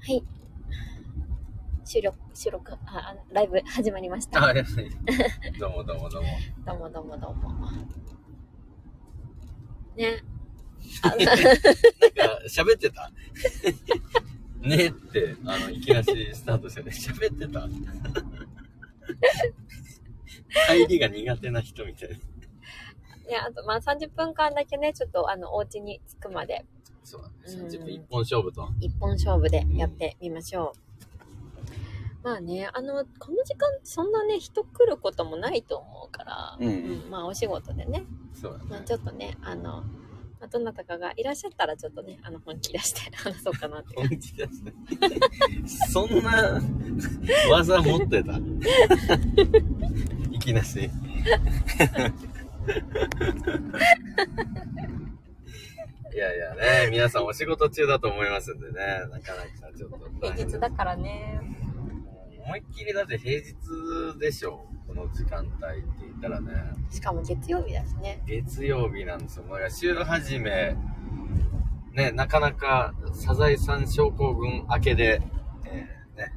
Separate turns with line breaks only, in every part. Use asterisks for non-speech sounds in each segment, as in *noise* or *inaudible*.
はい。収録、収録、あ、あライブ *laughs* 始まりました。
あ、やっぱり。どうもどうもどうも。
どうもどうもどうも。ね。
なんか、喋ってた *laughs* ねって、あの、いきなしスタートしてね、喋って *laughs* た入りが苦手な人みたいな。
ね、あと、まあ、30分間だけね、ちょっと、あの、お家に着くまで、
そうだね。
うん
30分一本勝負と。
一本勝負でやってみましょう。まあね、あの、この時間、そんなね、人来ることもないと思うから、
うん
うんまあ、お仕事でね、
そう
ま
だ
あ、
ね。
ちょっとね、あの、まあどなたかがいらっしゃったら、ちょっとね、あの、本気出して話そうかな
*laughs*
って。
本気だしね。そんな技持ってたいきなし。いやいやね、皆さんお仕事中だと思いますんでね、なかなかちょっと
平
大変
日だからね。
思いっきりだって平日でしょこの時間帯って言ったらね
しかも月曜日だしね。
月曜日なんですよだから週始めねなかなかサザエさん症候群明けで、えーね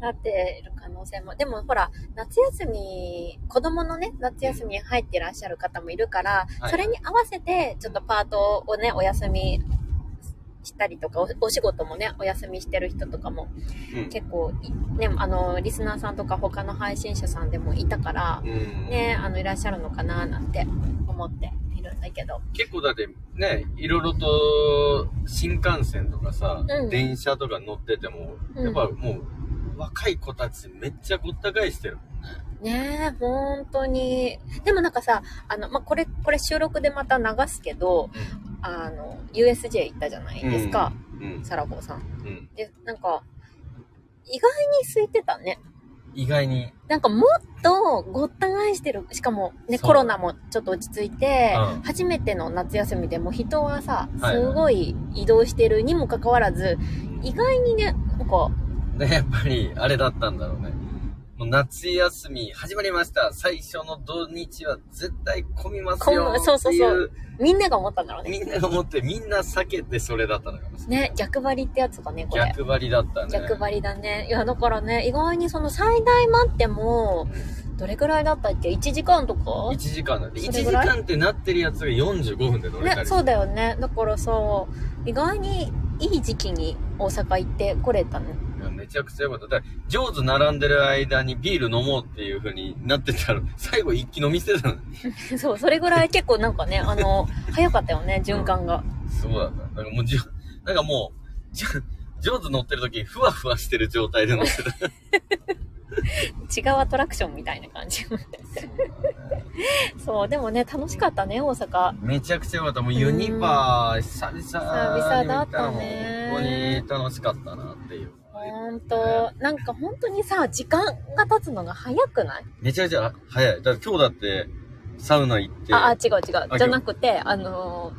なっている可能性も。でもほら、夏休み、子供のね、夏休みに入ってらっしゃる方もいるから、
はい
それに合わせて、ちょっとパートをね、お休みしたりとか、おお仕事もね、お休みしてる人とかも
うん
結構い、ね、あの、リスナーさんとか他の配信者さんでもいたから、
うん
ね、あの、いらっしゃるのかななんて思っているんだけど。
結構だってねいろいろと新幹線とかさ、
うん
電車とか乗ってても
うん
やっぱもう若い子たちめっちゃごった返してる
ねえ、本当に。でもなんかさ、あの、まあ、これ、これ収録でまた流すけど、あの、USJ 行ったじゃないですか、
うん、
サラゴーさん。
うん、
で、なんか、意外に空いてたね。
意外に、
なんかもっとごった返してる。しかもね、
そう
コロナもちょっと落ち着いて、
うん
初めての夏休みでも人はさ、
はいはい
すごい移動してるにもかかわらず、意外にね、なんか、
ね、やっぱり、あれだったんだろうね。もう夏休み始まりました。最初の土日は絶対混みますよ
混。むそうそうそう
ってい
みんなが思ったんだろう
う。み
ね。
んなが思って、みんな避けてそれだったのかもしれない。
ね、逆張りってやつだね、これ。
逆張りだったね。
逆張りだね。いや、だからね、意外にその最大待っても、どれくらいだったっけ ?1 時間とか
1時間だって。1
それ
時
ぐらい
間ってなってるやつが45分で乗れた
ね、
り
そうだ
よ。
よね。だからさ、意外にいい時期に大阪行ってこれたね。 *laughs*
いやめちゃくちゃよかった。だから、上手並んでる間にビール飲もうっていう風になってたら、 *laughs* 最後一気飲みしてたの。
そう、それぐらい結構なんかね、あの、早かったよ
*laughs*
ね、循環が。
そうだった。なんかもうじゅ、なんかもう、じゅ上手乗ってる時、ふわふわしてる状態で乗ってた。
違うアトラクションみたいな感じ。そう、でもね、楽しかったね、大阪。
めちゃくちゃ良かった。もうユニバー、久々に見た
久々だった
本
ね
当に楽しかったなっていう。
ほんと、なんか本当にさ、時間が経つのが早くない
めちゃくちゃ早い。だから今日だって、サウナ行って。
あ、あ、違
え、
う違う。じゃなくて、あの、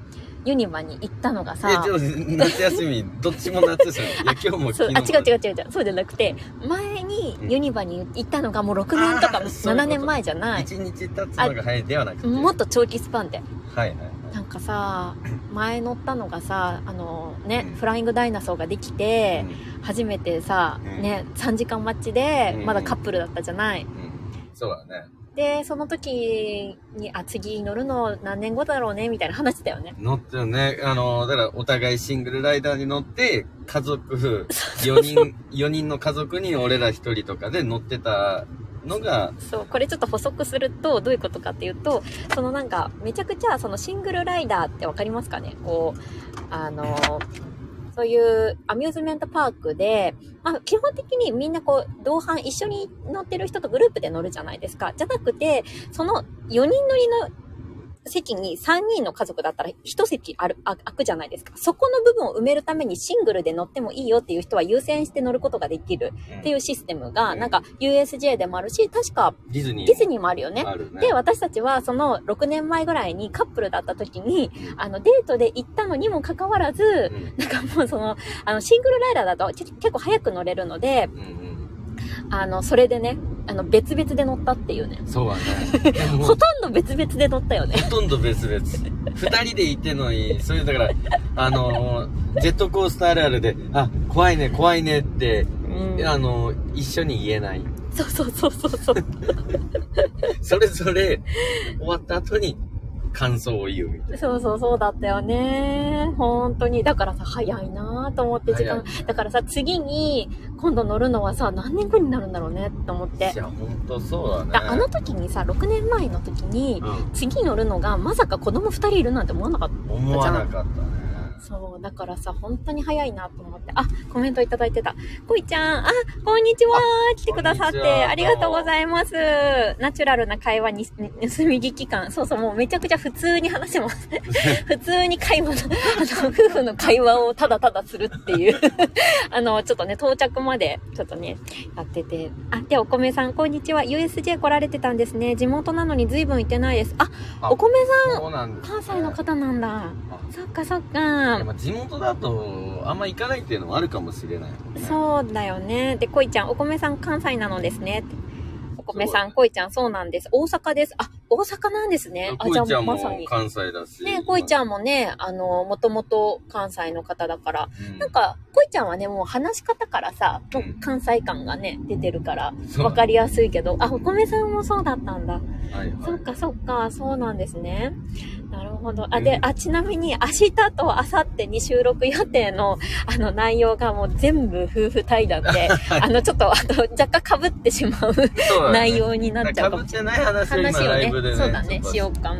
ユニバに行ったのがさ、
ちょっと夏休
*laughs*
み、どっちも夏休み。いや、今日も
そう
昨日
あ
も。
違う違
う。
う違う違うそうじゃなくて前にユニバに行ったのがもう6年とか
あーそういうこ
7
と
年前じゃない
一日経つのが早いではなくて。
もっと長期スパンで
はいはいはい。
なんかさ前乗ったのがさあのね
うん
フライングダイナソーができて初めてさ
うん
ね3時間待ちで
うん
まだカップルだったじゃない
うんうんそうだね。
でその時にあ次乗るの何年後だろうねみたいな話だよね
乗ってるね。あの、だからお互いシングルライダーに乗って、家族、4人、四人の家族に俺ら1人とかで乗ってたのが、
そうこれちょっと補足するとどういうことかっていうとそのなんかめちゃくちゃそのシングルライダーってわかりますかねこうあのそういうアミューズメントパークで、まあ、基本的にみんなこう同伴一緒に乗ってる人とグループで乗るじゃないですかじゃなくてその4人乗りの席に3人の家族だったら1席あるあ空くじゃないですかそこの部分を埋めるためにシングルで乗ってもいいよっていう人は優先して乗ることができるっていうシステムがなんか USJ でもあるし確か
ディズニー。
ディズニーもあるよね。
あるね。
で、私たちはその6年前ぐらいにカップルだった時に、あのデートで行ったのにもかかわらず
う、ん
なんかもうその、あのシングルライダーだと結結構早く乗れるので、
うんうん
あの、それでね、あの、別々で乗ったっていうね。
そうはね。で
*laughs*
も
ほとんど別々で乗ったよね。
ほとんど別々。二人で行ってんのに、それだから、あのー、ジェットコースターあるあるで、あ、怖いね、怖いねって、
うん
あのー、一緒に言えない。
そうそうそうそうそう。
それぞれ、終わった後に、感想を言うみたいな。
そうそうそうだったよね。本当に。だからさ、早いなと思って時間。だからさ、次に、今度乗るのはさ、何年後になるんだろうねって思って
い。や、ほんとそうだね。
だあの時にさ、6年前の時に、
う
次乗るのが、まさか子供2人いるなんて思わなかっ
ん、思わなかったね。
た。そう、だからさ、本当に早いなと思って。あ、コメントいただいてた。こいちゃん、あ、こんにちは来てくださっ
こんにち
て、
は
ありがとうございます。ナチュラルな会話に、盗み聞き感。そうそう、もうめちゃくちゃ普通に話してます。
*laughs*
普通に会話の、あの、夫婦の会話をただただするっていう。 *laughs* あの、ちょっとね、到着まで、ちょっとね、やってて。あ、で、お米さん、こんにちは。USJ 来られてたんですね。地元なのに随分行ってないです。あ、
あ
お米
そうなんです、
さん、関西の
方
方なんだ。そっかそっか。
地元だと、あんま行かないっていうのもあるかもしれない、ね。う。
そうだよね。で、こいちゃん、お米さん関西なのですね。お米さん、こいちゃん、そうなんです。大阪です。あ、大阪なんですね。あ、
こいちゃん
も
も
うまさに。
関西だし。
ね、こいちゃんもね、あの、もともと関西の方だから、
うん
なんか、こいちゃんはね、もう話し方からさ、もう
うん
関西感がね、出てるから、
そう
わかりやすいけど、あ、お米さんもそうだったんだ。
はいはい
そっかそっか、そうなんですね。なるほど。あ、
うん
で、あ、ちなみに、明日と明後日に収録予定の、あの、内容がもう全部夫婦対談
*laughs*
で、あの、ちょっと、あの、若干被ってしまう
そうだね
内容になっちゃうか
かぶ
も
っ。てない話を今
話を
ラ
ね
イブでね
そうだね、し
ちょっ
ようか。
とまあ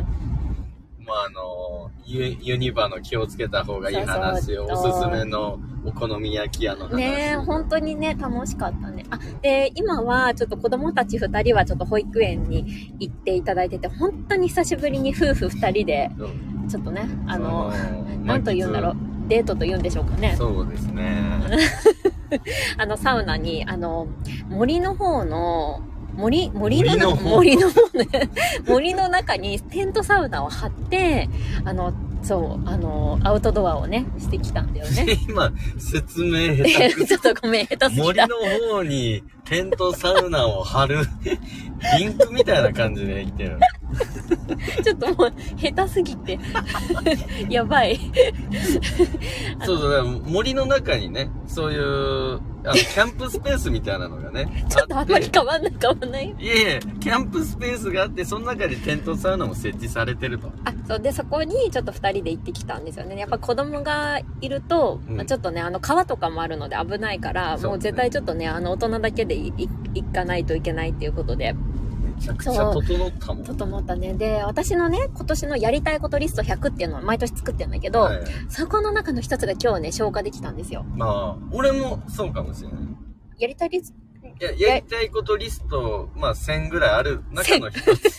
あのユユニバの気をつけた方がいい
そう
話
そ
を
う
おすすめのお好み焼き屋の話
ねえ、本当にね、楽しかったね。あ、で、今は、ちょっと子供たち二人はちょっと保育園に行っていただいてて、本当に久しぶりに夫婦二人で、
そう
ちょっとね、あ
あ
の、
の
なんと言うんだろう、デートと言うんでしょうかね。
そうですね
*laughs* あの、サウナに、あの、森の方の、森、森の中、森
森
の方ね、 *laughs* 森の中にテントサウナを張って、あの、そう、あの、アウトドアをね、してきたんだよ *laughs* ね。
今説明下手く
ちょっとごめん、下手すぎ
森
た
の。方にテントサウナを張るリンクみたいな感じで言っ
*laughs*
てる
ちょっともう、下手すぎて。 *laughs* やばい。
そうそうだから森の中にねそういうあのキャンプスペースみたいなのがね
ちょっとあんまり変わんない、変わんない。
いえいえ、キャンプスペースがあって、その中でテントサウナも設置されてると。
あ、そう。で、そこにちょっと二人で行ってきたんですよね。やっぱ子供がいると、
うん
まあちょっとね、あの、川とかもあるので危ないから、
そうね
もう絶対ちょっとね、あの、大人だけでいい行かないといけないっていうことで、
めちゃくちゃ整ったもん。
整ったね。で、私のね、今年のやりたいことリスト100っていうのを毎年作ってるんだけど、
はい、
そこの中の一つが今日ね、消化できたんですよ。
まあ、俺もそうかもしれない。
やりたいリスト、
いや、やりたいことリスト、まあ、1000ぐらいある中の一
*laughs*
つ。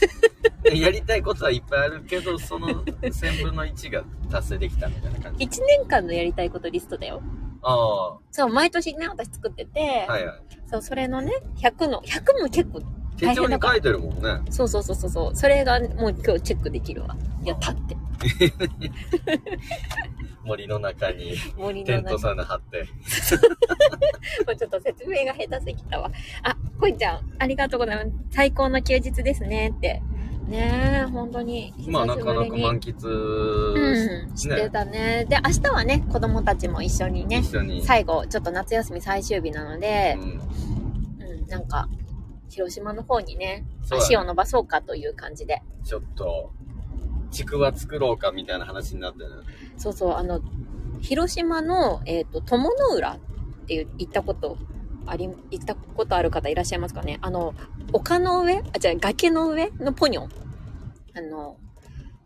でやりたいことはいっぱいあるけど、その1000分の1が達成できたみたいな感じ。
1年間のやりたいことリストだよ。
ああ、は
そう、毎年ね、私作ってて、
いはい。
そう、それのね、100の、100も結構、
手帳に書いてるもんね。
そうそうそうそうそう、それがもう今日チェックできるわ。やったって。
森の中に
森
テ
の
ント
中。
サウナ張って。
もうちょっと説明が下手すぎたわ。あ、こいちゃん、ありがとうございます。最高の休日ですねって。ねえ、本当に。
まあ、なかなか満
喫。
喫
うん、
し、
して
ね、
たね。で、明日はね、子供たちも一緒にね、
一緒に。
最後、ちょっと夏休み最終日なので、
うん
うん、なんか、広島の方にね、
そうだね
足を伸ばそうかという感じで。
ちょっと、ちくわ作ろうかみたいな話になってる。
そうそう、あの、広島の、えっ、と、友の浦っていう行ったこと、あり、行ったことある方いらっしゃいますかねあの、丘の上あ、じゃ崖の上のポニョン。あの、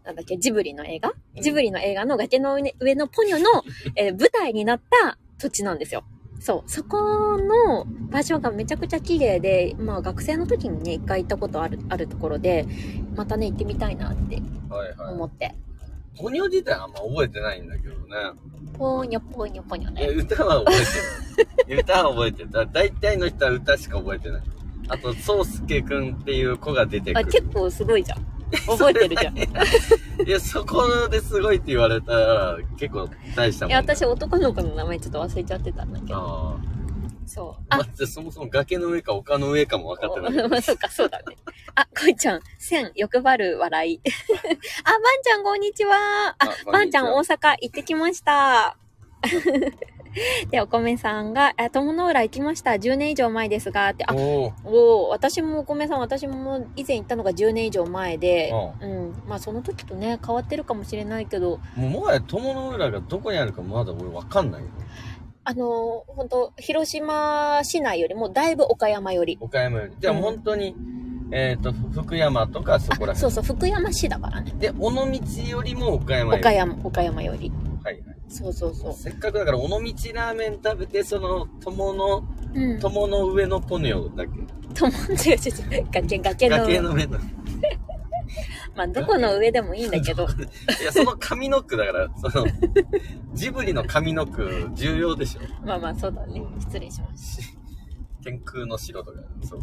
なんだっけ、ジブリの映画
うん
ジブリの映画の崖の上上のポニョの、えー舞台になった土地なんですよ。そう。そこの場所がめちゃくちゃ綺麗で、まあ学生の時にね、一回行ったことある、あるところで、またね、行ってみたいなって
はい
思
は
って。
い。ポニョ自体あんま覚えてないんだけどね。
ポニョポニョポニョ
いや、
*laughs* ね。
歌は覚えてる。歌は覚えてる。だ大体の人は歌しか覚えてない。あと、そうすけくんっていう子が出てく
あ、
る。
結構すごいじゃん。覚えてるじゃん。い
いや、そこですごいって言われたら、結構大したもん、ね。
や、私男の子の名前ちょっと忘れちゃってたんだけど。
あ
そう。あ、
待って、そもそも崖の上か丘の上かも分かってな
*laughs*
い。
まあ、そうか、そうだね。あ、こいちゃん、千、欲張る笑い。 *laughs* あ、ばんちゃん、こんにちは。あ、
あ
ばんちゃん、
こん
大
に
阪行ってきました。 *laughs* で、お米さんが、あ、友の浦行きました。10年以上前ですが、って、あ、
おー
おー私もお米さん、私も以前行ったのが10年以上前で、
う
うん、まあその時とね、変わってるかもしれないけど、
もうもはや友の浦がどこにあるかまだ俺分かんないよ。
あのー、本当広島市内よりもだいぶ岡山より。
岡山より。じゃあ
うん
本当に、えっ、と、福山とかそこら
あそう
辺。
そう、福山市だからね。
で、尾道よりも岡山より。
岡山、岡山より。
はい
そうそう
は
そ
い。
う。
せっかくだから尾道ラーメン食べて、その友の、
うん。 *laughs*
友の上のポニョだっけ
と思うんだよ、ちょっと崖、崖の。
崖の上の。
まあ、どこの上でもいいんだけど。
いや、その上の句だから、その、ジブリの上の句重要でしょ。
まあまあ、そうだね。失礼しまし
天空の城とか。そう。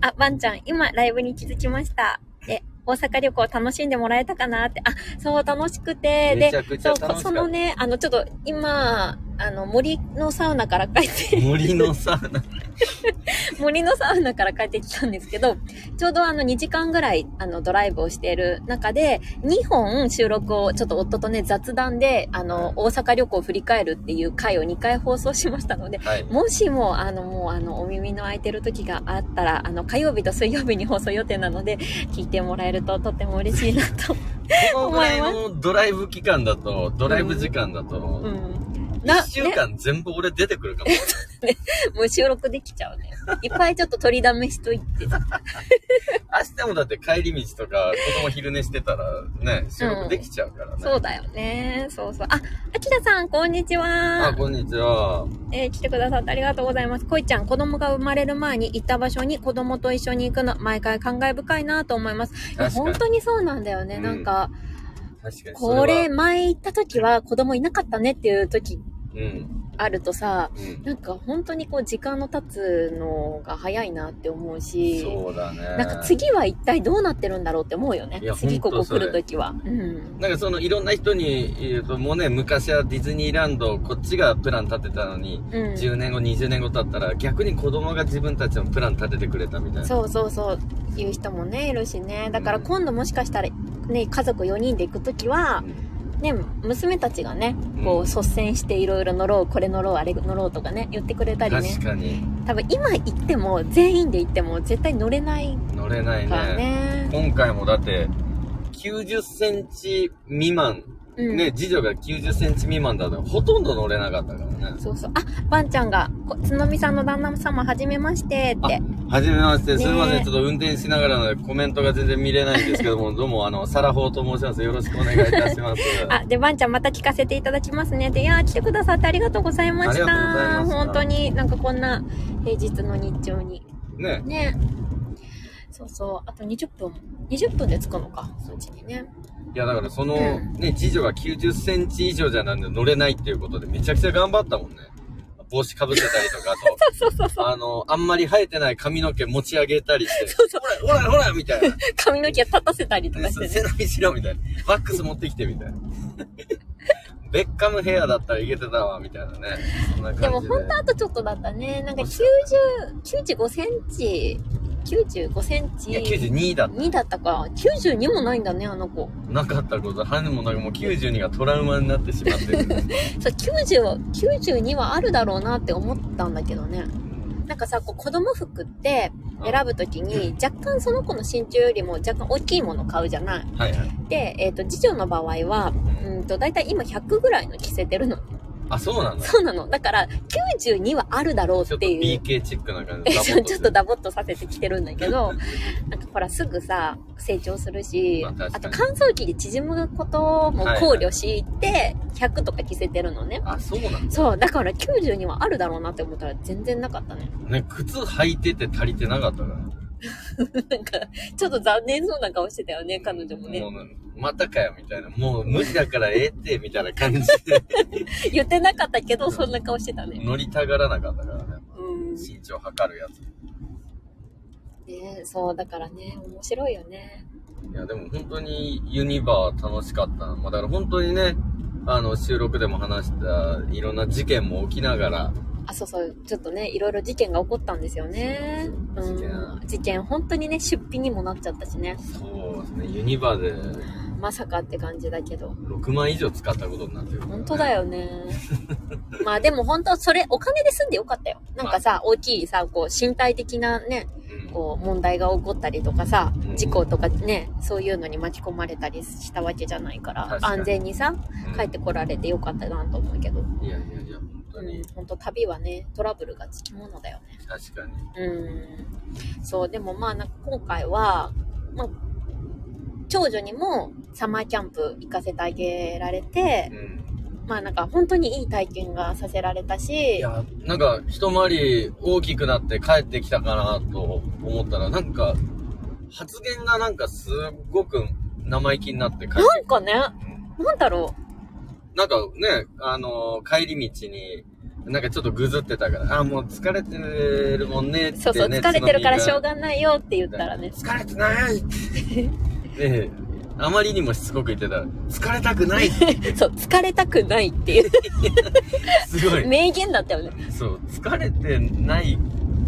た。あ、ばんちゃん、今、ライブに気づきました。え、大阪旅行楽しんでもらえたかなって。あ、そう、楽しくて。
めち
で、
ゃくち
そ
ゃ
う、
楽し
そ
かっ
の
た。
ね、あの、ちょっと、今、あの、森のサウナから帰って、
森の
*laughs*
サウナ。
森のサウナから帰ってきたんですけど、ちょうどあの2時間ぐらいあのドライブをしている中で、2本収録をちょっと夫とね、雑談で、あの、大阪旅行を振り返るっていう回を2回放送しましたので、
はい。
もしも、あの、もう、あの、お耳の空いてる時があったら、あの、火曜日と水曜日に放送予定なので、聞いてもらえるととても嬉しいなと。
*laughs* このぐらいのドライブ期間だと、ドライブ時間だ
う
と、
ん。
一
ね
週間全部俺出てくるかも。
もう収録できちゃうね。いっぱいちょっと取りだめしといて。
明日もだって帰り道とか、子供昼寝してたら、ね、収録できちゃうからね。
そうだよね。そうそう。あ、あきらさん、こんにちは。
あ、こんにちは。
えー来てくださってありがとうございます。こいちゃん、子供が生まれる前に行った場所に子供と一緒に行くの、毎回感慨深いなと思います。いや
確かに
本当にそうなんだよね。
うん
なんか、
確かにそれは。
これ、前行った時は子供いなかったねっていう時
うん。
あるとさ、
うん。
なんか本当にこう時間の経つのが早いなって思うし、
そうだね。
なんか次は一体どうなってるんだろうって思うよね
いや。
次こ
ほ
こ
んとそ
来
れ
る時は。うん。
なんかそのいろんな人に言うと、もうね、昔はディズニーランド、こっちがプラン立てたのに、
うん。
10年後、20年後経ったら、逆に子供が自分たちのプラン立ててくれたみたいな。
そうそうそう、いう人もね、いるしね。だから今度もしかしたら、ね、家族4人で行く時は、
うん
ね、娘たちがね、こう
うん
率先していろいろ乗ろう、これ乗ろう、あれ乗ろうとかね、言ってくれたりね
確。かに、
多分今行っても、全員で行っても絶対乗れない
乗れない
から
ね。
ね。
今回もだって、90センチ未満、
うん。
ね、次女が90センチ未満だと、ほとんど乗れなかったからね。
そうそう。あ、ばんちゃんが、こつのみさんの旦那様、はじめましてって。
はじめまして、
ね
すみません、ちょっと運転しながらなのでコメントが全然見れないんですけど
*laughs*
も、どうも、あの、サラホーと申します。よろしくお願いいたします。
あ、で、ばんちゃんまた聞かせていただきますね。で、いやー、来てくださってありがとうございまし
ありがとうござい
た。
ました
本当に、なんかこんな平日の日常に。
ね。
ね。そうそう。あと20分。20分で着くのか。
そう
うちにね。
いや、だからその、
うん
ね、次女が90センチ以上じゃなんで乗れないっていうことで、めちゃくちゃ頑張ったもんね。帽子かぶってたりとか、あ
*laughs* そうそうそう。
と、あの、あんまり生えてない髪の毛持ち上げたりして、
そうそう。
ほら、ほら、みたいな。
髪の毛立たせたりとかしてね
背。伸びしろみたいな。ワックス持ってきてみたいな。ベッカムヘアだったらいけてたわ、みたいなね。そんな感じ
で
で。
も本当あとちょっとだったね。なんか90、95センチ、95セン
いや、
チ。
92だっ
2だったから、92もないんだね、あの子。
た。なかったこと。ハネもなんかもう92がトラウマになってしまってる。
そう、90は、92はあるだろうなって思ったんだけどね。なんかさ、こう子供服って選ぶときに、若干その子の身長よりも若干大きいもの買うじゃない。
はいはい。
で、えっ、と、次女の場合は、うんと、だいたい今100ぐらいの着せてるの。
あ、そうなんだ。
そうなの。だから、92はあるだろう
ちょ
っ
っと
ていう。
BK チックな感じ
え
で。
そう *laughs* ちょっとダボっとさせてきてるんだけど、なんかほらすぐさ、成長するし、
まあ
あ、
確かに
と乾燥機で縮むことも考慮して、100とか着せてるのね。
あ、そうなん
そう、だから90にはあるだろうなって思ったら全然なかったね。 *laughs*
だ。ね、靴履いてて足りてなかったから。
なんか、ちょっと残念そうな顔してたよね、彼女もね
も。うね、またかよ、みたいな。もう無理だからええって、みたいな感じ
*laughs*
で
言ってなかったけど、そんな顔してたね。
乗りたがらなかったからね。
うん。
身長測るやつ。
ねそう、だからね、面白いよね。
いや、でも本当にユニバー楽しかったな。まあ、だから本当にね、あの、収録でも話した、いろんな事件も起きながら、
あ、そうそう、ちょっとね、いろいろ事件が起こったんですよね。う
事件
ん。事件、本当にね、出費にもなっちゃったしね。
そうですねユニバで
まさかって感じだけど。
6万以上使ったことになってるからね、
本当だよね。 *laughs* まあでも本当それお金で済んでよかったよ。なんかさ、大きいさ、こう身体的なね、
うん
こう問題が起こったりとかさ
う、ん
事故とかね、そういうのに巻き込まれたりしたわけじゃないから、
確かに
安全にさ、
うん
帰ってこられてよかったなと思うけど。
いやいやいや本当に
本当旅はね、トラブルがつきものだよね。
確かに
うん。そう、でもまあなんか今回は、まあ、長女にもサマーキャンプ行かせてあげられて、
うん
まあなんか本当にいい体験がさせられた
い
し、
やなんか一回り大きくなって帰ってきたかなと思ったらなんか発言がなんかすごく生意気になって帰って
なんかね、なんだろ
なんかね、あのー帰り道に、なんかちょっとぐずってたから、あー、もう疲れてるもんねっ
う、
て、ね。
そうそう、疲れてるから
つ
し
ま
ょ
み
うがないよって言ったらね、
疲れてないって。 *laughs* ねえあまりにもしつこく言ってたら、疲れたくない
*laughs*
って
そう、疲れたくないっていう
すごい。
名言だったよね。
そう、疲れてない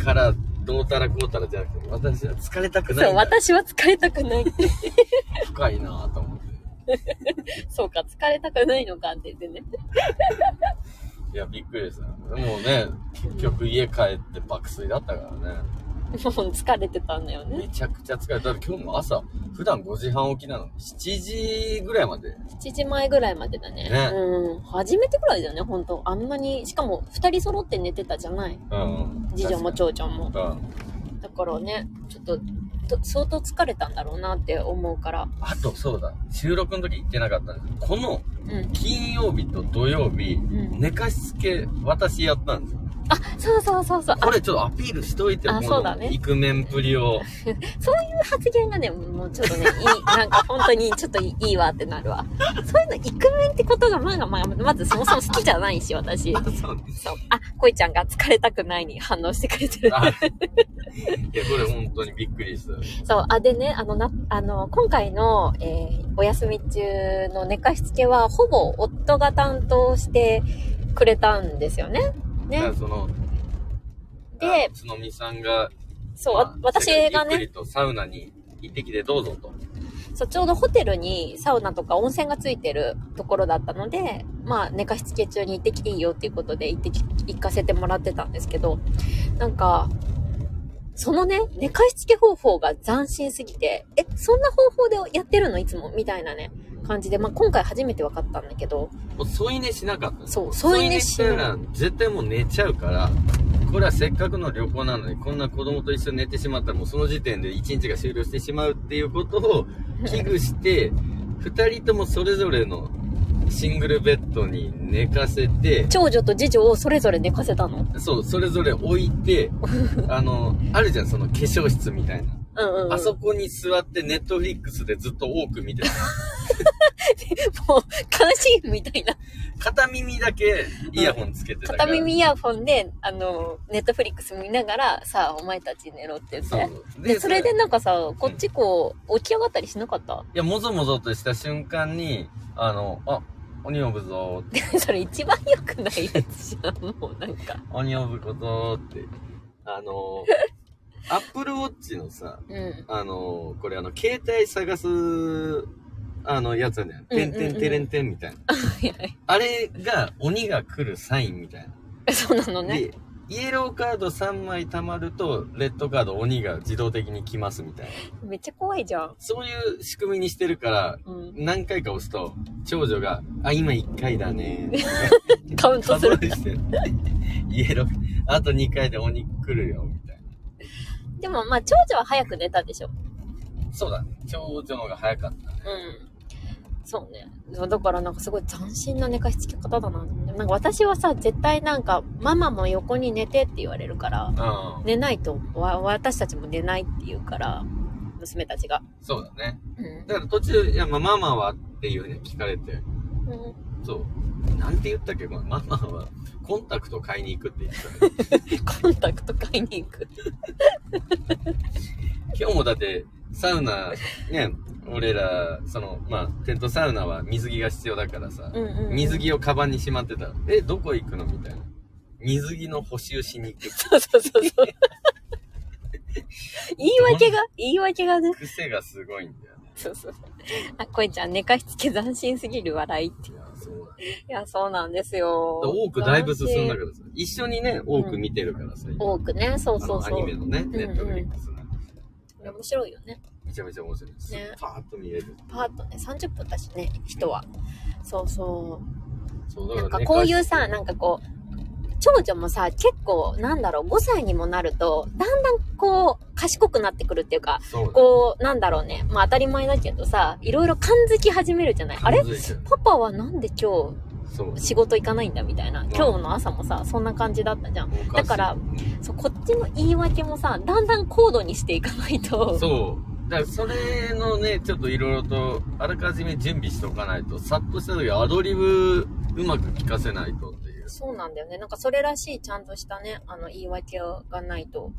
から、どうたらこうたらじゃなくて、私は疲れたくな
そ、
いうんだ。
私は疲れたくない *laughs* って。
深いなぁと思って。
そうか、疲れたくないのかって言ってね。
いや、びっくりした。もうね、結局家帰って爆睡だったからね。
もう疲れてたんだよ
め
ね。
ちゃくちゃ疲れた。だって今日も朝、普段5時半起きなのに、7時ぐらいまで。
7時前ぐらいまでだね。
ね
うん。初めてぐらいだよね、本当あんなに、しかも二人揃って寝てたじゃない。
うん。
次女も長女も。
うん。
だからね、ちょっと、と相当疲れたんだろうなって思うから。
あと、そうだ。収録の時行ってなかったんですけどこの
うん。
金曜日と土曜日、
うん
寝かしつけ、私やったんですよ。
あ、そうそうそうそう。
これちょっとアピールしといて
あ
この
そうだね
イクメンプリ
*laughs*
を。
発言がね、もうちょっとね、いい、なんか本当にちょっといいいいわってなるわ。そういうの、イクメンってことがまあまあ、まずそもそも好きじゃないし、私。
そうね。
そう。あ、恋ちゃんが疲れたくないに反応してくれてる。
あ *laughs* いや、これ本当にびっくりした。
そう。あ、でね、あの、な、あの、今回の、えーお休み中の寝かしつけは、ほぼ夫が担当してくれたんですよね。
だか
ね
ら。その、
で
あ、つのみさんが、
そう、
まあ
わ私が
ゆっく
ね、
りとサウナに行ってきてどうぞと。
そう、ちょうどホテルにサウナとか温泉がついてるところだったので、まあ、寝かしつけ中に行ってきていいよっていうことで行ってき、行かせてもらってたんですけど、なんか、そのね、寝かしつけ方法が斬新すぎて、え、そんな方法でやってるのいつもみたいなね、感じで、まあ、今回初めて分かったんだけど、
もう添い寝しなかった
そう添い寝し
添い寝したら絶対もう寝ちゃうからこれはせっかくの旅行なのにこんな子供と一緒に寝てしまったらもうその時点で一日が終了してしまうっていうことを危惧して2人ともそれぞれのシングルベッドに寝かせて
長女と次女をそれぞれ寝かせたの。
そうそれぞれ置い
*laughs*
てあのあるじゃんその化粧室みたいな、
うんうん、うん。
あそこに座ってネットフリックスでずっと多く見てた
*laughs* もう、監視員みたいな。
片耳だけイヤホンつけてたから、
片耳イヤホンで、あの、ネットフリックス見ながら、さあ、お前たち寝ろって言って。
そう
で、それでなんかさ、こっちこう、起き上がったりしなかった *laughs*
いや、もぞもぞとした瞬間に、あの、あ、鬼呼ぶぞーって、
それ一番良くないやつじゃん、もうなんか。
鬼呼ぶことーって、あ
*laughs*
のー、アップルウォッチのさ、
うん。
あのー、これあの、携帯探す、あの、やつなんだよ。てんて
うんうん
ん
うん
てれんてんみたいな。
はいはい
あれが、鬼が来るサインみたい
そうなの
な。
ね。
で、イエローカード3枚貯まると、レッドカード鬼が自動的に来ますみたいな。
めっちゃ怖いじゃん。
そういう仕組みにしてるから、
うん。
何回か押すと、長女が、あ、今1回だね
*laughs*
ー。
カウントす
数え *laughs*
る。
てイエローあと2回で鬼来るよみたい
でもまあ、長女は早く寝たでしょ。
なそうだね長女の方が早かったね
うん。そうね。そうだからなんかすごい斬新な寝かしつけ方だなと思って。なんか私はさ、絶対なんか、ママも横に寝てって言われるから、
うん、
寝ないと、わ私たちも寝ないって言うから、娘たちが。
そうだね
うん
だから途中「いやまあママは?」っていうふうに聞かれて
うん
そうなんて言ったっけこれママはコンタクト買いに行くって言ってたね
コンタクト買いに行く。
今日もだってサウナね俺らそのまあテントサウナは水着が必要だからさ、
うんうんうん
水着をカバンにしまってたら「えどこ行くの?」みたいな水着の補修しに行く。
そうそうそうそう。言い訳が、言い訳がね。
癖がすごいんだよね。
そうそうそう。あ、こいちゃん、寝かしつけ斬新すぎる笑いって。
いや、そうだね。
いや、そうなんですよ。
多くだいぶ進んだからさ、一緒にね、多く見てるからさ、今
多くね、そうそう
あ
そ
のアニ
う
メ。のね、ネットフリックスなんか
面白いよね。
めちゃめちゃ面白いです。
ね
パーッと見れる。
パーッとね、30分だしね、人は。そうそ
そう
う。
だ
なん
から
か
ね
こういうさ、なんかこう、長女もさ、結構、なんだろう、5歳にもなると、だんだんこう、賢くなってくるっていうか、
そうだね
こう、なんだろうね。まあ当たり前だけどさ、いろいろ感づき始めるじゃない。あれ
感づいちゃう
パパはなんで今
そう
日仕事行かないんだみたいな。
ん
今日の朝もさ、そんな感じだったじゃん。
おしい
だからそう、こっちの言い訳もさ、だんだん高度にしていかないと。
そう。だからそれのね、ちょっといろいろと、あらかじめ準備しておかないと、さっとした時アドリブうまく聞かせないとっていう。
そうなんだよね。なんかそれらしいちゃんとしたね、あの言い訳がないと、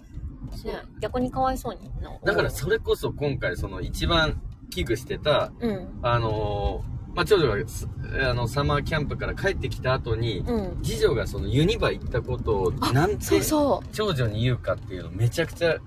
そう
ね、逆にかわいそうにな。
だからそれこそ今回その一番危惧してた、
うん。
あのーまあ、長女がすあのサマーキャンプから帰ってきた後に、
うん。
次女がそのユニバ行ったことをなんて
そうそう。
長女に言うかっていうのめちゃくちゃ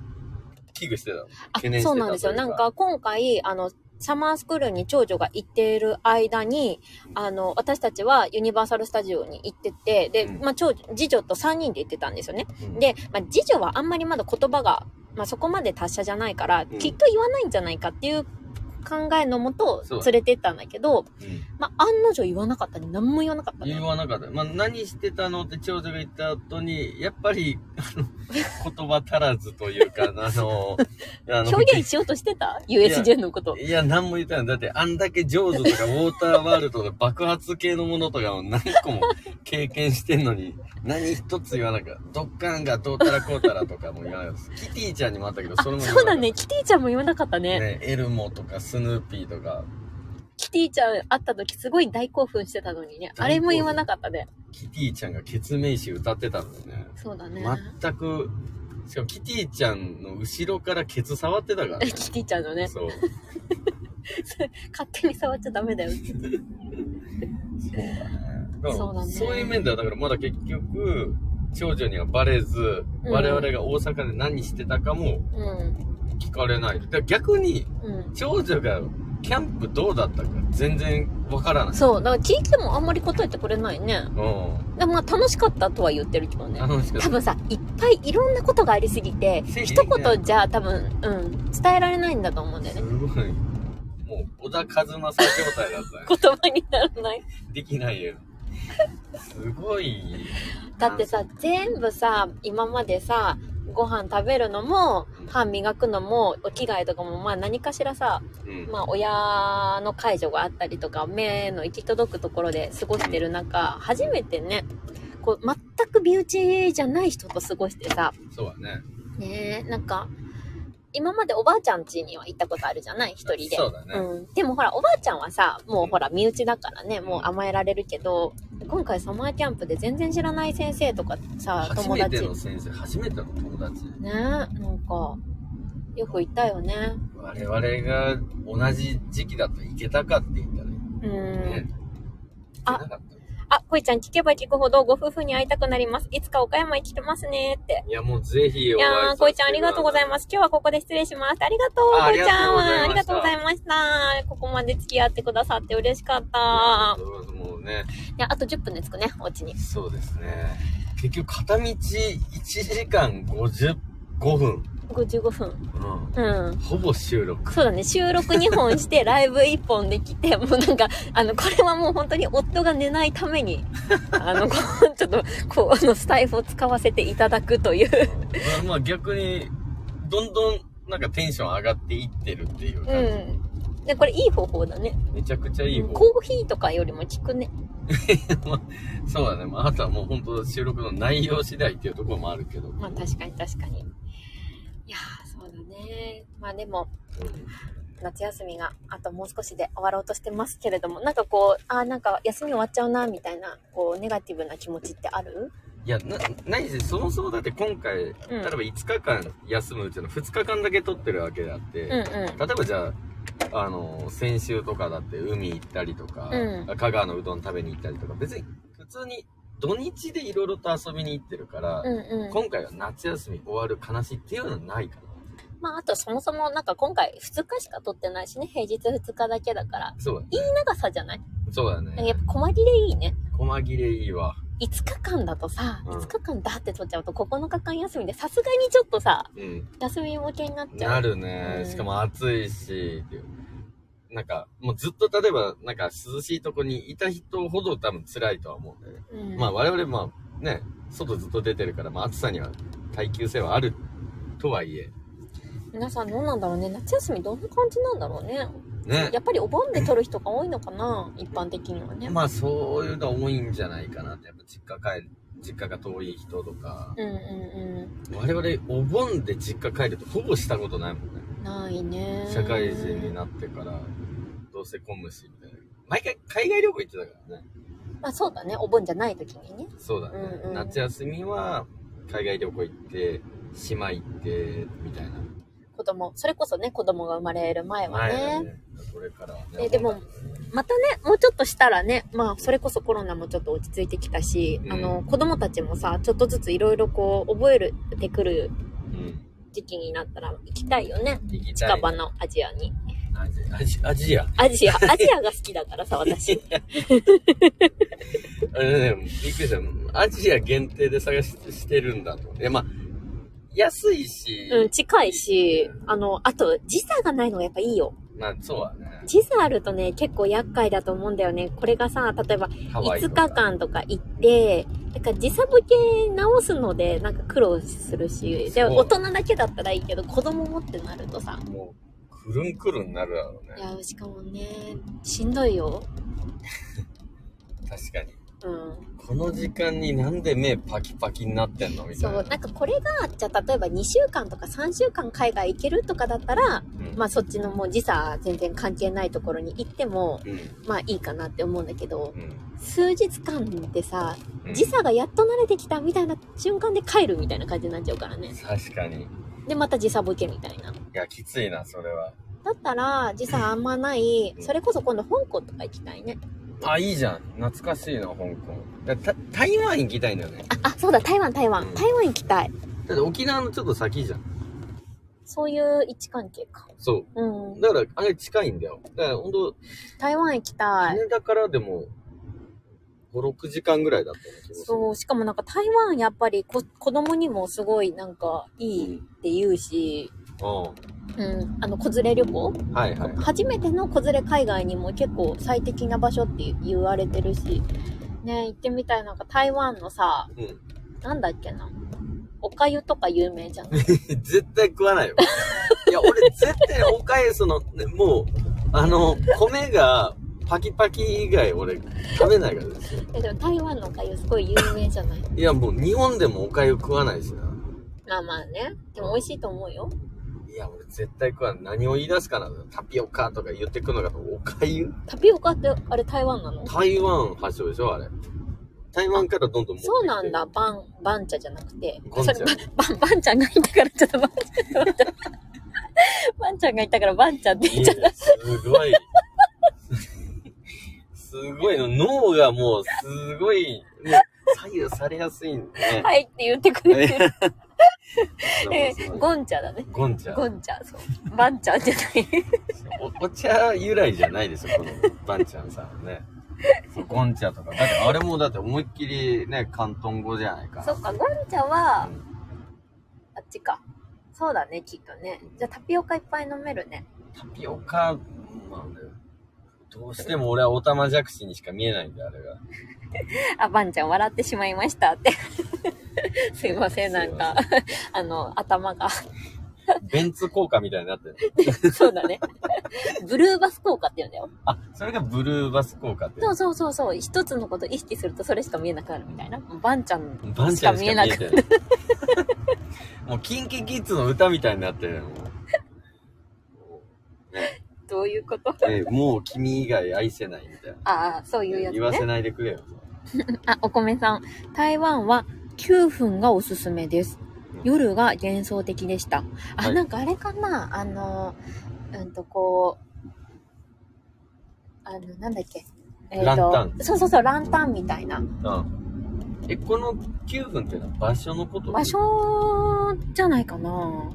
危惧してたの。
あ
懸念、してた
そうなんですよ。
とい
な
うか
んか今回、あの、サマースクールに長女が行っている間に、あの、私たちはユニバーサルスタジオに行ってて、で、
うん
まあ、長女、次女と3人で行ってたんですよね。
うん
で、まあ、次女はあんまりまだ言葉が、まあ、そこまで達者じゃないから、
うん
きっと言わないんじゃないかっていう考えのもと
そう
連れてったんだけど、
うん
まあ、案の定言わなかったね。何も言わなかったね。
言わなかった。まあ、何してたのって長女が言った後に、やっぱり、
*laughs*
あの、言葉足らずというか、あの、あの
表現しようとしてた ?USJ のこと。
いや、何も言ったの。だって、あんだけ上手と
*laughs*
か、ウォーターワールドとか、爆発系のものとかを何個も経験してんのに、何一つ言わなかった。ドッカンがどうたらこうたらとかも言わなかった。キティちゃんにもあったけど、
あ、
それも言わ
そう
な
だ
かった
ね。キティちゃんも言わなかったね。
ね、エルモとか、スヌーピーとか、
キティちゃん会った時すごい大興奮してたのにね。あれも言わなかったね。
キティちゃんがケツメイシ歌ってたのにね。
そうだね。
全く、しかもキティちゃんの後ろからケツ触ってたからね
*laughs* 。キティちゃん *laughs* のね、
そう。
勝手に触っちゃダメだよ。
そうだね。だから
そうだね
そういう面では、だからまだ結局、長女にはバレず、
うん
我々が大阪で何してたかも
うん。
聞かれない。だから逆に、
うん。
長女がキャンプどうだったか全然わからない。
そう。だから聞いてもあんまり答えてくれないね。
う
でもまあ楽しかったとは言ってるけど
ん。
ね。
楽しか
多
っ
分さ、いっぱいいろんなことがありすぎて、
た。
一言じゃ多分、うん、伝えられないんだと思うんだよ *laughs*
す
ね。
ごい。もう、小田和正状態だったね。
*laughs* 言葉にならない。
できないよ。すごい。
だってさ、全部さ、今までさ、ご飯食べるのも、歯磨くのも、お着替えとかも、まあ何かしらさ、
うん。
まあ、親の介助があったりとか目の行き届くところで過ごしてる中初めてねこう全く身内じゃない人と過ごしてさ
そうだね。
ねえなんか今までおばあちゃん家には行ったことあるじゃない一人で。
そうだね。
うん、でもほらおばあちゃんはさもうほら身内だからねもう甘えられるけど今回サマーキャンプで全然知らない先生とかさ
初
友
め
達
て
ね
の先生、初めての友達。
えなんかよく行ったよね
我々が同じ時期だと行けたかって言ったらね。
うん
ね
あ
行けなかった
あ、こいちゃん聞けば聞くほどご夫婦に会いたくなります。いつか岡山行きてますねって。
いや、もうぜひ
い
お会い
やー、こいちゃんありがとうござい
ま
ます。今日はここで失礼します。ありがとう、
あ
こいちゃんは。あ
あ
り
り
が
がと
と
う
うご
ござ
ざ
い
いました。ここまで付き合ってくださって嬉しかっ
あ
た。
ーもうね、
いや、あと10分で着くね、お家に。
そうですね。結局、片道1時間55分。
55分。
う
うん。
ん。ほぼ収録。
そうだね、収録2本 *laughs* して、ライブ1本できて、もうなんか、あの、これはもう本当に夫が寝ないために、あの、こうちょっと、こう、あの、スタイフを使わせていただくという。
うんまあ逆に、どんどんなんかテンション上がっていってるっていう感じ。
うん。で、これいい方法だね。
めちゃくちゃいい方。
コーヒーとかよりも効くね。
そうだね。まああとはもう本当収録の内容次第っていうところもあるけど。
まあ確かに確かに。いやー、そうだね。まあでも、
うん
夏休みがあともう少しで終わろうとしてますけれども、なんかこう、あーなんか休み終わっちゃうな、みたいな、こう、ネガティブな気持ちってある
いや、な、ないし、そもそもだって今回、例えば5日間休むうちの2日間だけ取ってるわけであって、
うんう
例
ん。
えばじゃあ、あの、先週とかだって海行ったりとか、
う
香川のうどん食べに行ったりとか、別に普通に土日でいろいろと遊びに行ってるから、
うんうん。
今回は夏休み終わる悲しいっていうのはないかな。
まあ、あとそもそもなんか今回2日しか撮ってないしね、平日2日だけだから。
そう
いい
だね。
長さじゃない
そうだね。
やっぱ細切れいいね。
細切れいいわ。
5日間だとさ、
うん
5日間だって撮っちゃうと9日間休みで、さすがにちょっとさ、
うん。
休み向けになっちゃう。
なるね
う。ん
しかも暑いし、っていうなんか、もうずっと例えば、なんか涼しいとこにいた人ほど多分辛いとは思うんだよね。
うん
まあ我々、まあね、外ずっと出てるから、まあ暑さには耐久性はあるとはいえ。
皆さんどうなんだろうね。夏休みどんな感じなんだろうね。
ね。
やっぱりお盆で撮る人が多いのかな一般的にはね。
まあそういうのは多いんじゃないかなって。やっぱ実家帰る、実家が遠い人とか。
うんうん
我々、お盆で実家帰るとほぼしたことないもんね。
うん。ないね。
社会人になってから、どうせ混むし、みたいな。毎回海外旅行行ってたからね。
まあそうだね。お盆じゃない時にね。
そうだね、
うんうん
夏休みは海外旅行行って島行ってみたいな
子供、それこそね、子供が生まれる前は
だ
ね。
ねこれからはね
えでもまたね、もうちょっとしたらね、まあ、それこそコロナもちょっと落ち着いてきたし、
うん
あの、子供たちもさ、ちょっとずついろいろこう、覚えるてくる
うん
時期になったら行きたいよね。
行きたい
近場のアジアに。
アジアジアジア
アジア、アジアが好きだからさ、私。
あれねびっくりしたアジア限定で探ししてるんだと思っていやまあ安いし、
うん、近いし、あの、あと、時差がないのがやっぱいいよ。
まあそうだね
時差あるとね、結構厄介だと思うんだよね。これがさ、例えば、
ハワイと
5
か
日間とか行って、だから時差ボケ直すので、なんか苦労するし、で、
そう
大人だけだったらいいけど、子供もってなるとさ、
もうくるんくるんなるだろう
い
ね
や、しかもね、しんどいよ。
確かに
うん。
この時間になんで目パキパキになってんのみた
そ
いな
う、なんかこれが、じゃあ例えば2週間とか3週間海外行けるとかだったら、
うん
まあそっちのもう時差全然関係ないところに行っても、
うん
まあいいかなって思うんだけど、
うん
数日間でさ、
うん
時差がやっと慣れてきたみたいな瞬間で帰るみたいな感じになっちゃうからね。
確かに
で、また時差ボケみたいな。
いや、きついな、それは。
だったら、時差あんまない、
うん
それこそ今度香港とか行きたいね。
あ、いいじゃん。懐かしいな、香港。だた台湾行きたいんだよね。
あ、あ、そうだ、台湾、台湾。台湾行きたい。
だって沖縄のちょっと先じゃん。
そういう位置関係か。
そうう。
ん。
だから、あれ近いんだよ。だから、ほんと、
台湾行きたい。
羽田からでも、5、6時間ぐらいだったような気がする。
そう、しかもなんか台湾やっぱりこ子供にもすごいなんかいいって言うし、
う
うん、あの、子連れ旅行
ん。はいはい。
初めての子連れ海外にも結構最適な場所って言われてるし、ね、行ってみたい。なんか台湾のさ、
うん。 *laughs*
なんだっけな。おかゆとか有名じゃん。
*laughs* 絶対食わない
*laughs*
よ。いや、俺、絶対、おかゆ、その、ねもう、あの、米が、パキパキ以外、俺、食べないからですよ。
えでも台湾のおかゆすごい有名じゃない
いや、もう、日本でもおかゆ食わないしな。
まあまあね。でも美味しいと思うよ。
いや、俺絶対食わない。何を言い出すかな。タピオカとか言ってくんのかと。おかゆ
タピオカってあれ台湾なの
台湾発祥でしょあれ。台湾からどんどん持ってきて
そうなんだ。。バン、バン茶じゃなくて。
バン
それ、
茶
バン、バン茶がいたから、ちょっとバン茶、バン茶。バンちゃんがいたから、バンちゃんって
い
言っ
い
ちゃ
ね
っ
すごい。すごいの。脳がもう、すごい、もう、左右されやすいんだ
た。
ね。
はいって言ってくれてる。え
なんかすごい
ゴンチャだね。
ゴンちゃん。
ゴンチャ、そう。バンちゃんじゃ *laughs* ない。
おお茶由来じゃないですよ、このバンちゃんさんはね。そうゴンチャとか。だってあれもだって思いっきりね、広東語じゃないか。
そっか、ゴンチャは
うん、
あっちか。そうだね、きっとね。じゃあタピオカいっぱい飲めるね。
タピオカ、まあ、どうしても俺はオタマジャクシにしか見えないんだよ、あれが。
あ、バンちゃん笑ってしまいましたって。 *laughs* すいません、なんか、あの、頭が。 *laughs*
ベンツ効果みたいになってる。
そうだね。ブルーバス効果って言うんだよ。
あ、それがブルーバス効果って。
そうそうそうそう。一つのこと意識するとそれしか見えなくなるみたいな。バンちゃん
バン
し
ちゃ
か
んし
見え *laughs* な
か見え
くな
て
る。
ない。もう、キンキキッズの歌みたいになってるよもうね
どういうこと
えもう君以外愛せないみたい
ああ、そういうや
な。
つ
言わせ
ね。
ないでくれよ。
あ、お米さん。台湾は9分がおすすめです。夜が幻想的でした。あ、
はい
なんかあれかなあの、うんとこう、あの、なんだっけ。えー
ランタ
そうそうそう、ランタンみたいな。
うん。え、この9分っていうのは場所のこと
場所じゃないかな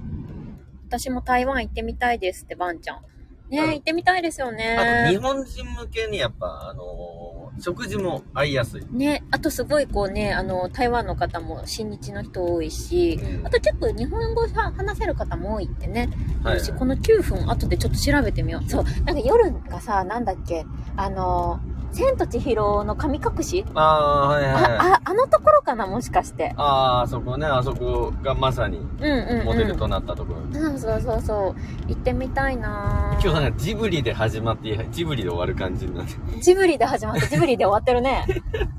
私も台湾行ってみたいですってばんちゃんね、
うん
行ってみたいですよ
あと日
ね
本人向けにやっぱ、あのー食事も合いやすい。
ねあとすごいこうねあの台湾の方も親日の人多いしあと結構日本語さ話せる方も多いってねあるし、この9分後でちょっと調べてみようそうなんか夜がさなんだっけあの「千と千尋の神隠し」
ああ、はいはいはい。
あああのところかなもしかして
ああ、そこね、あそこがまさに
うんうん、うん、
モデルとなったところ。
そうそうそうそう行ってみたいな
今日なんかジブリで始まって、ジブリで終わる感じになって、
ジブリで始まってジブリで終わってる
*laughs*
ね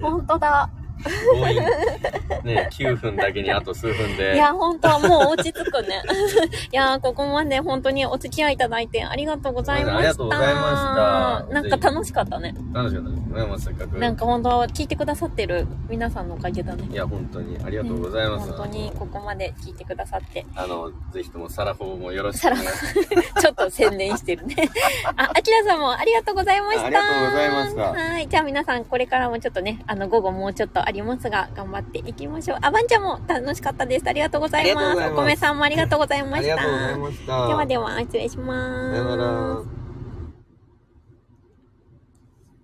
本当だ
強引。
*laughs*
ね、9分だけにあと数分で。
いや本当はもう落ち着くね *laughs* いやーここまで本当にお付き合いいただいてありがとうございました
ありがとうございました
なんか楽しかったね
楽しかったですね、もうせっかく。
なんか本当は聞いてくださってる皆さんのおかげだね
いや、本当にありがとうございます。
ね本当にここまで聞いてくださって、
あの、ぜひともサラフォーもよろしくお願いします。
ちょっと宣伝してる
*laughs*
ね。あ、あきらさんもありがとうございました。
ありがとうございました
はい。じゃあ皆さん、これからもちょっとね、あの、午後もうちょっとありますが、頑張っていきましょう。あ、ばんちゃんも楽しかったです。ありがとうござい
ありがと
ます。
うござい
お
ます
米さんもありがとうございま
あ
し
り
た。
がとうございました。
ではでは、失礼します。
さよなら。